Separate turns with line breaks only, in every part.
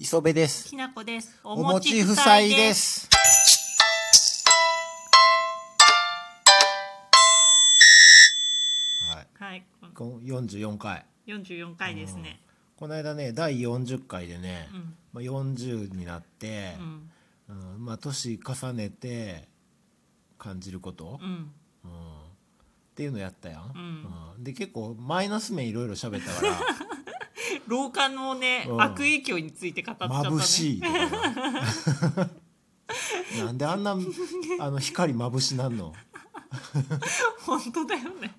磯部です。
きなこです。お
お餅夫妻で。す。はい、
はい、
こ四十四回。
四十四回ですね。
この間ね、第四十回でね、
うん
まあ四十になって
う、ん、
うんまあ年重ねて感じること、
うん、
うんっていうのやったやん。う
ん
んで結構マイナス面いろいろ喋った から。
老化のね、
うん
悪影響について語っちゃったね。
眩しいとか ななんであんなあの光眩しなんの、
本当だよね。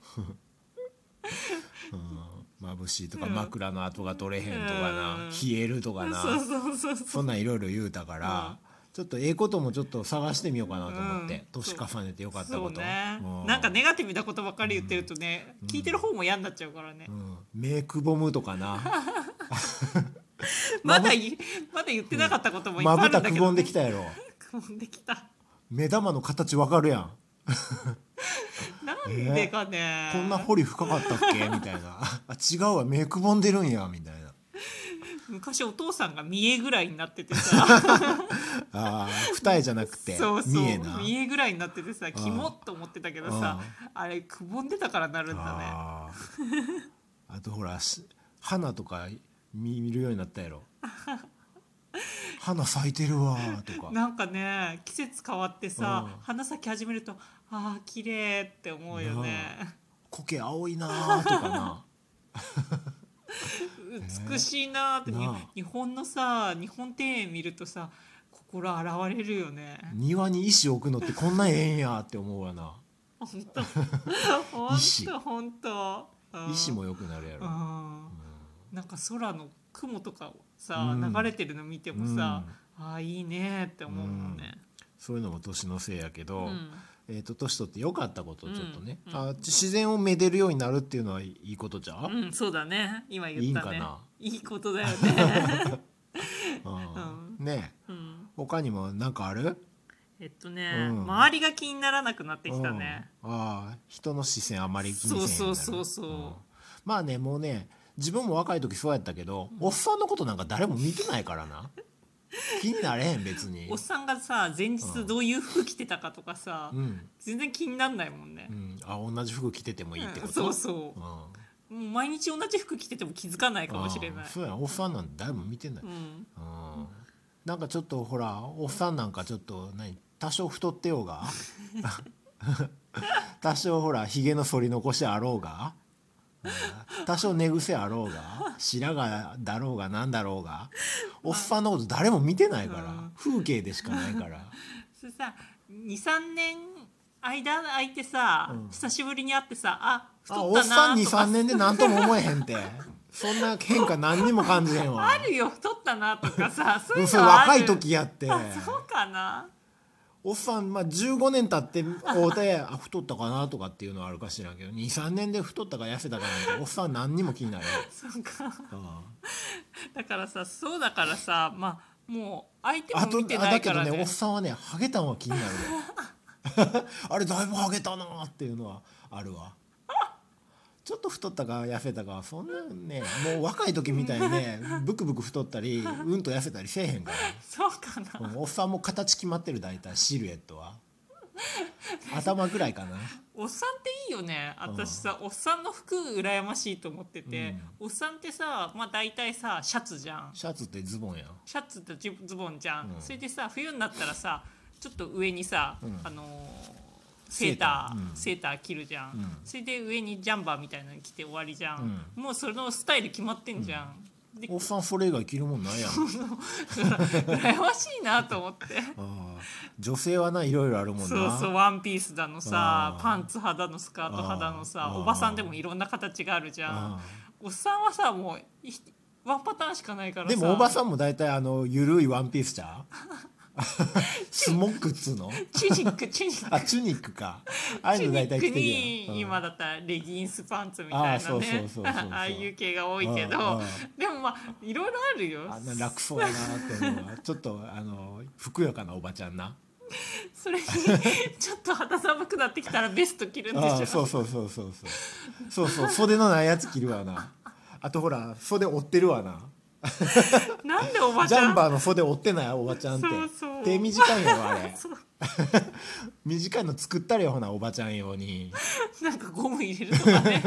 うん、眩しいとか
うん
枕の跡が取れへんとかな、
うん
消えるとかな
そうそうそうそう。
そんなんいろいろ言うたから、ちょっとええこともちょっと探してみようかなと思って、
うん
年重ねてよかった
そ
こ
う
と、
ね
う。
なんかネガティブなことばっかり言ってるとね、聞いてる方も嫌になっちゃうからね
う。ん、目くぼむとかな
まだい、まだ言ってなかった こともいっぱい
ま
あ
ぶ
るんだ
た
け
く
ど、ね。
ぼんできたやろ
くぼんできた。
目玉の形わかるやん
なんでかね。
こんな彫り深かったっけみたい なあ違うわ目くぼんでるんやみたいな
昔お父さんが三重ぐらいになってて さ
ああ二重じゃなくて
そうそう
三重な
三重ぐらいになっててさキモっと思ってたけどさあれくぼんでたからなるんだね
あ ーあとほらし花とか見見るようになったや ろ花咲いてるわーとか
なんかね季節変わって
う
さ
ん
花咲き始めるとああ綺麗って思うよね
苔青いなーとかな
美しいなーって、
なあ
に日本のさ日本庭園見るとさ心洗われるよね
庭に石置くのってこんなええんやーって思うわな
本 当
石
本当本当うん
石も良くなるや
う
ろ、
んなんか空の雲とかをさ、
うん
流れてるの見てもさ、ああいいねって思うもんね。
そういうのも年のせいやけ
う
ど、
ん
えー、と年取って良かったことちょっとね、
うんうん
あ自然をめでるようになるっていうのはいいいいことじゃ、
うん、そうだね。今言った
いいんか
ね
な。
いいことだよ ね。
うん
う
ねえ
うん、
他にも何かある
えっとね、
うん
周りが気にならなくなってきたね。
うんああ人の視線あまり気にせんよになる
そうそうそうそうん
まあねもうね自分も若い時そうやったけど、おっさんのことなんか誰も見てないから な気になれへん別に
おっさんがさ、前
うん
日どういう服着てたかとかさ、
うん、
全然気になんないもんね
う。ん、あ同じ服着ててもいいってこ
うん
と、
そう
う
そう。
ん、あ
もう毎日同じ服着てても気づかないかもしれない
あ。そうやおっさんなんて誰も見てない、
う
うん
ん、
なんかちょっとほらおっさんなんかちょっと何多少太ってようが 多少ほらひげの剃り残しあろうがうん多少寝癖あろうが白髪だろうがなんだろうがおっさんのこと誰も見てないから、
うん
風景でしかないから
それさ23年間空いてさ、
うん
久しぶりに会ってさあ 太
あ
っ
おったさ
なんとか
23年で何とも思えへんってそんな変化何にも感じへんわ
あるよ太ったなとかさそ う
う
い
ん
う
そ
の
れ
はある
若い時やって
あそうかな
おっさん、まあ、15年経って会うてあ太ったかなとかっていうのはあるか知らんけど23年で太ったか痩せたかなんておっさん何にも気になる、
そうか
うん
だからさそうだからさまあもう相手
あ
も
と
見て
あ
な
だ
い
け
か
ど
ら
ね
ね
おっさんはねハゲたんは気になるであれだいぶハゲたなーっていうのはあるわちょっと太ったか痩せたかはそんなねもう若い時みたいに ねブクブク太ったりうんと痩せたりせえへんか
そうかな、
ら、うんおっさんも形決まってる大体シルエットは頭ぐらいかな
おっさんっていいよね私さ、おっさんの服羨ましいと思ってて、おっさんってさまあ大体さシャツじゃん
シャツってズボンやん
シャツとジズボンじゃん、
うん
それでさ冬になったらさちょっと上にさ、
うん
あのーセータ
セ
ー
ーターうん
セーター着るじゃん、
うん
それで上にジャンバーみたいなの着て終わりじゃん、もうそれのスタイル決まってんじゃん、で
おっさんそれ以外着るもんないやん
羨ましいなと思って
ああ女性はないろいろあるもんな
そうそうワンピースだの
あ
さ
ー
パンツ派だのスカート派だの
あ
さ
ー
おばさんでもいろんな形があるじゃん
あ
おっさんはさもういワンパターンしかないから
あ
さ
でもおばさんも大体あのゆるいワンピースち ゃうスモックっつうの
チュニックチュニック
あチュニックか ああい
チ
う
ュ
の
ニ
大体
ック
着てるやん、
に
うん
今だったらレギンスパンツみ
あ
た
あ
い
そ
な
うそうそうそう
ね
そう
ああいう系が多いけど
ああああ
でもまあいろいろあるよ
あんな楽そうやなって思うわちょっとあのふくよかなおばちゃんな
それにちょっと肌寒くなってきたらベスト着るんで
ああ
し
そ
ょ
うそうそうそうそうそうそう袖のないやつ着るわなあとほら袖折ってるわな
なんでおば
ジ
ちゃ
ャ
ん
ンバーの袖折ってないおばちゃんって
そうそう
手短いよあれ
そう
短いの作ったれよほなおばちゃん用に
なんかゴム入れるとかね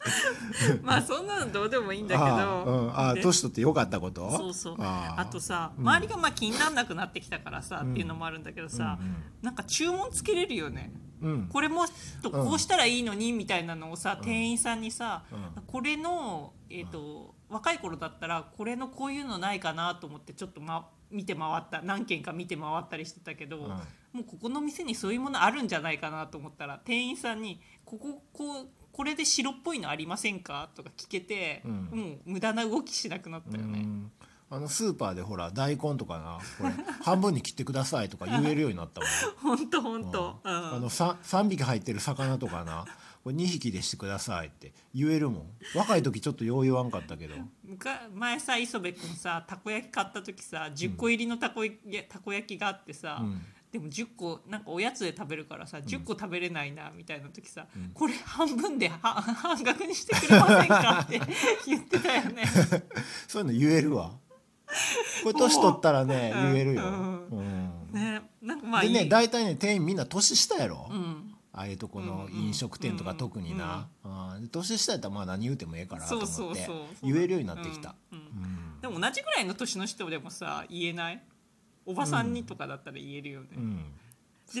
まあそんなのどうでもいいんだけど
ああ,、うん、ああ
で
年取ってよかったこと
そうそう
あ
あ
あ
とさ
ん
周りがまあ気にならなくなってきたからさ、
うん
っていうのもあるんだけどさ、
うん
なんか注文つけれるよね
うん
これもっと
うん
こうしたらいいのにみたいなのをさ、店員さんにさ、
うん
これの、えーと若い頃だったらこれのこういうのないかなと思ってちょっと、ま、見て回った何軒か見て回ったりしてたけど、
うん
もうここの店にそういうものあるんじゃないかなと思ったら店員さんに「こここうこれで白っぽいのありませんか?」とか聞けて、
うん
もう無駄な動きしなくなったよね。
うんあのスーパーでほら大根とかなこ れ半分に切ってくださいとか言えるようになったもん
ほんとほんと、う
うん
ん
あの 3, 三匹入ってる魚とかなこれ2匹でしてくださいって言えるもん若い時ちょっとよう言わんかったけど
むか前さ磯部君さたこ焼き買った時さ10個入りのたこいやたこ焼きがあってさ、
うん
でも10個なんかおやつで食べるからさ10個食べれないなみたいな時さ、これ半分では半額にしてくれませんか って言ってたよね。
そういうの言えるわこれ年取ったらね
うん
言えるよ、
う
うんん
ねなんかまあい
で
い
ね大体ね店員みんな年下やろ、
うん、
ああいうとこの飲食店とか特にな、うんで年下やったらまあ何言うてもええからと
そ
思
うそ
っ
う
て
そう
言えるようになってきた、、
うんうん
うん
でも同じぐらいの年の人でもさ言えないおばさんにとかだったら言えるよね。
うん
で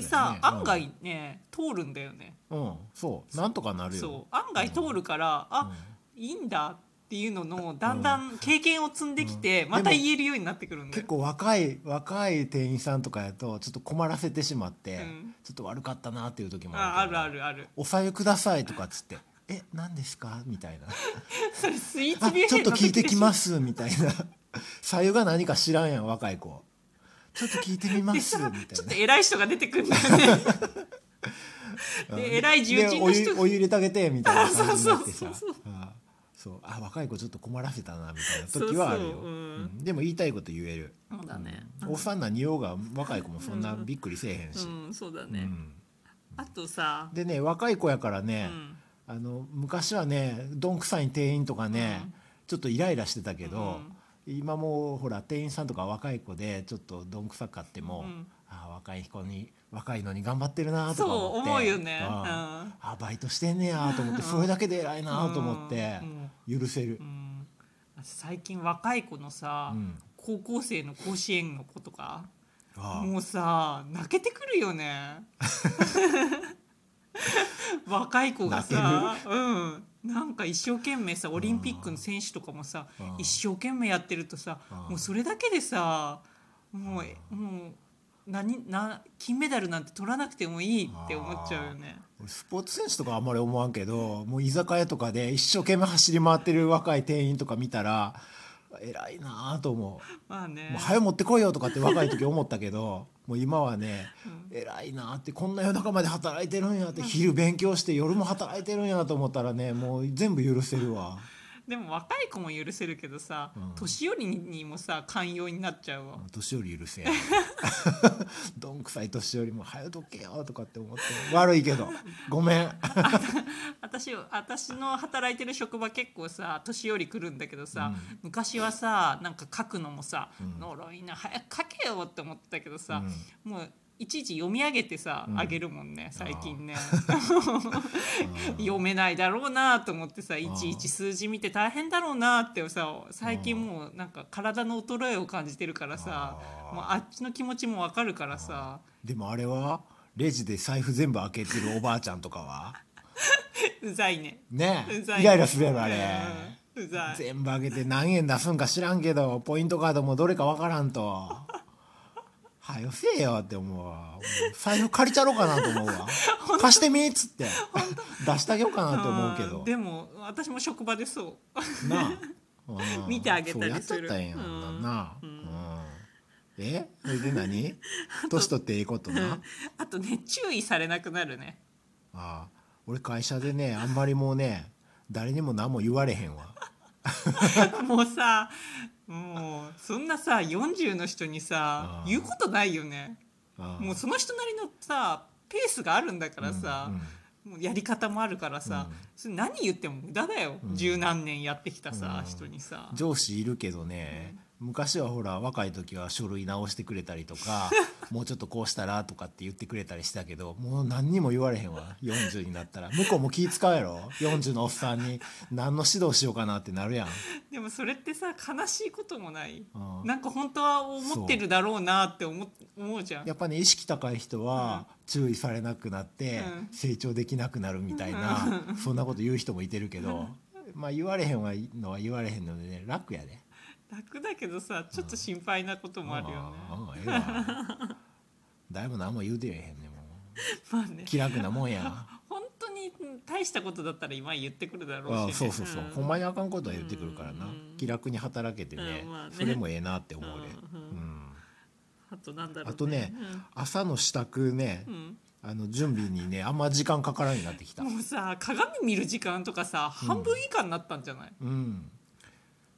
そうや
さ、
ね
案外ね通るんだよね。
うん、そうなんとかなるよ
そう案外通るから、あいいんだっていうののだんだん経験を積んできて、
うん
また
でも
言えるようになってくるんだよ
結構若い若い店員さんとかやとちょっと困らせてしまって、
うん
ちょっと悪かったなっていう時も
ああ
け
る
ど
あるある
おさゆください」とかっつって「え何ですか?」みたいな 「
それスイー
あ
ツビュッ
ち
フ
ょっ
ェ
と
の時
聞いてき
す
ます」みたいな 「さゆが何か知らんやん若い子ちょっと聞いてみま」
です
み
さ ち
た
ょ
い
っ
な
と。偉い人が出てくるん だよねで偉い
で
重鎮
お
の人
湯お湯入れてあげてみたいな感じになってさ
あ そうそうそう
あそうあ若い子ちょっと困らせたなみたいな時はあるよ
そうそううん
うんでも言いたいこと言える
そうだね
おっさんなにようが若い子もそんなびっくりせえへんし、
うんそうだ
う
ね、
ん
あとさ、
でね若い子やから
う
ね、
ん、
あの昔はねどんくさい店員とかね、
うん
ちょっとイライラしてたけど、今もうほら店員さんとか若い子でちょっとどんくさかっても、
うん
ああ若い子に若いのに頑張ってるなと
そう
か思って
思うよね
ああ
うん
あバイトしてんねやと思ってそれだけで偉いなと思って
うん
許せる
う、ん、最近若い子のさ、
うん
高校生の甲子園の子とか
ああ
もうさ泣けてくる よね若い子がさ、うん、なんか一生懸命さオリンピックの選手とかもさ
うん
一生懸命やってるとさ
うん
もうそれだけでさもうもう何な金メダルなんて取らなくてもいいって思っちゃうよね。
俺スポーツ選手とかあんまり思わんけどもう居酒屋とかで一生懸命走り回ってる若い店員とか見たら偉いなと思う。
まあね
もう早持ってこいよとかって若い時思ったけどもう今はね、偉いなってこんな夜中まで働いてるんやって昼勉強して夜も働いてるんやと思ったらねもう全部許せるわ
でも若い子も許せるけどさ、
うん
年寄りにもさ寛容になっちゃうわ。
年寄り許せん どんくさい年寄りも早どけよとかって思って悪いけどごめん
私私の働いてる職場結構さ年寄り来るんだけどさ、昔はさなんか書くのもさ「呪いな早く書けよ」って思ってたけどさ、もういちいち読み上げてさ、あげるもんね最近ね 読めないだろうなと思ってさいちいち数字見て大変だろうなってさ最近もうなんか体の衰えを感じてるからさ
あー
もうあっちの気持ちもわかるからさ
でもあれはレジで財布全部開けてるおばあちゃんとかは
うざいね
ね
うざいね
イライラするやろあれ。
うんうざい
全部あげて何円出すんか知らんけどポイントカードもどれかわからんと。はよせえよって思うわもう財布借りちゃろうかなと思う わ貸してみっつって出してあげようかなと思うけ
あー
ど
でも私も職場でそう
なあ、うん
見てあげたりす
そうやっと
る
ったんや
うん
んなな、うんえそれで 何年取ってええことな
あとね注意されなくなる ね
ああ俺会社でねあんまりもうね誰にも何も言われへんわ
もうさもうそんなさ40の人にさ
あー
言うことないよね
ああ
もうその人なりのさペースがあるんだからさ、
うん
もうやり方もあるからさ、
うん
それ何言っても無駄だよ、
うん
十何年やってきたさ、
うん
人にさ
上司いるけどね、昔はほら若い時は書類直してくれたりと かもうちょっとこうしたらとかって言ってくれたりしたけどもう何にも言われへんわ40になったら向こうも気使うやろ40のおっさんに何の指導しようかなってなるやん。
でもそれってさ悲しいこともない、
うん
なんか本当は思ってるだろうなって思っ思うじゃん
やっぱね意識高い人は注意されなくなって
うん
成長できなくなるみたいな、そんなこと言う人もいてるけど、まあ言われへんのは言われへんのでね楽やね。
楽だけどさちょっと心配なこともあるよね、
うんうんええわだいぶ何も言うてへんねもう
まあね
気楽なもんや。
本当に大したことだったら今言ってくるだろうし、ね
ああそうそうそう、
ん
ほんまにあかんことは言ってくるからな、
うん
気楽に働けてね,、
うんまあね
それもええなって思うね、
う
うんん
うんあとなんだろう、
あとね、朝の支度ね、
うんうん
あの準備にねあんま時間かからんようになってきた、
もうさ鏡見る時間とかさ半分以下になったんじゃない、
うん、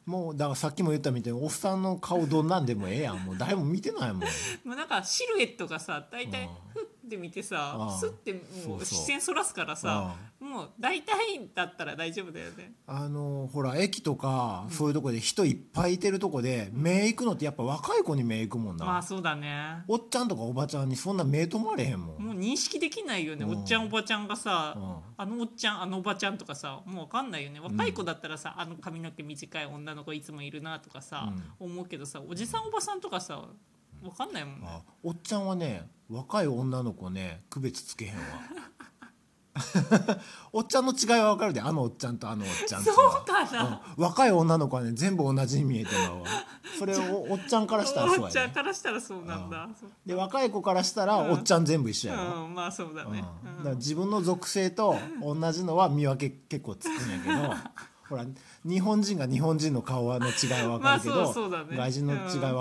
もうだからさっきも言ったみたいにおっさんの顔どんなんでもええ やんもう誰も見てないもん
もうなんかシルエットがさ大体
うん
ふって見てさ
うん
すって
そ
もう
うそう
視線そらすからさもう大体だったら大丈夫だよね
あのほら駅とかそういうとこで人いっぱいいてるとこで目行くのってやっぱ若い子に目行くもんな、
まあそうだね
おっちゃんとかおばちゃんにそんな目止まれへんもん
もう認識できないよね、
うん
おっちゃんおばちゃんがさ、
うん
あのおっちゃんあのおばちゃんとかさもう分かんないよね若い子だったらさ、あの髪の毛短い女の子いつもいるなとかさ、思うけどさおじさんおばさんとかさ分かんないもんね
あおっちゃんはね若い女の子ね区別つけ へんわおっちゃんの違いは分かるであのおっちゃんとあのおっ ちゃんっていのは
そうかな
うん若い女の子はね全部同じに見えてまうわそれをおおっちゃんからしたらそう
おっち
や
ゃん
ね
からしたらそうなんだそっか
で若い子からしたら
うん
おっちゃん全部一緒やろ、
うんまあそうだ
うん
ね、
だ
う
から
ん
自分の属性と同じのは見分け結構つくんやけ どほら日本人が日本人の顔の違いは分かるけど、
まあそうそうだね
外人の違いは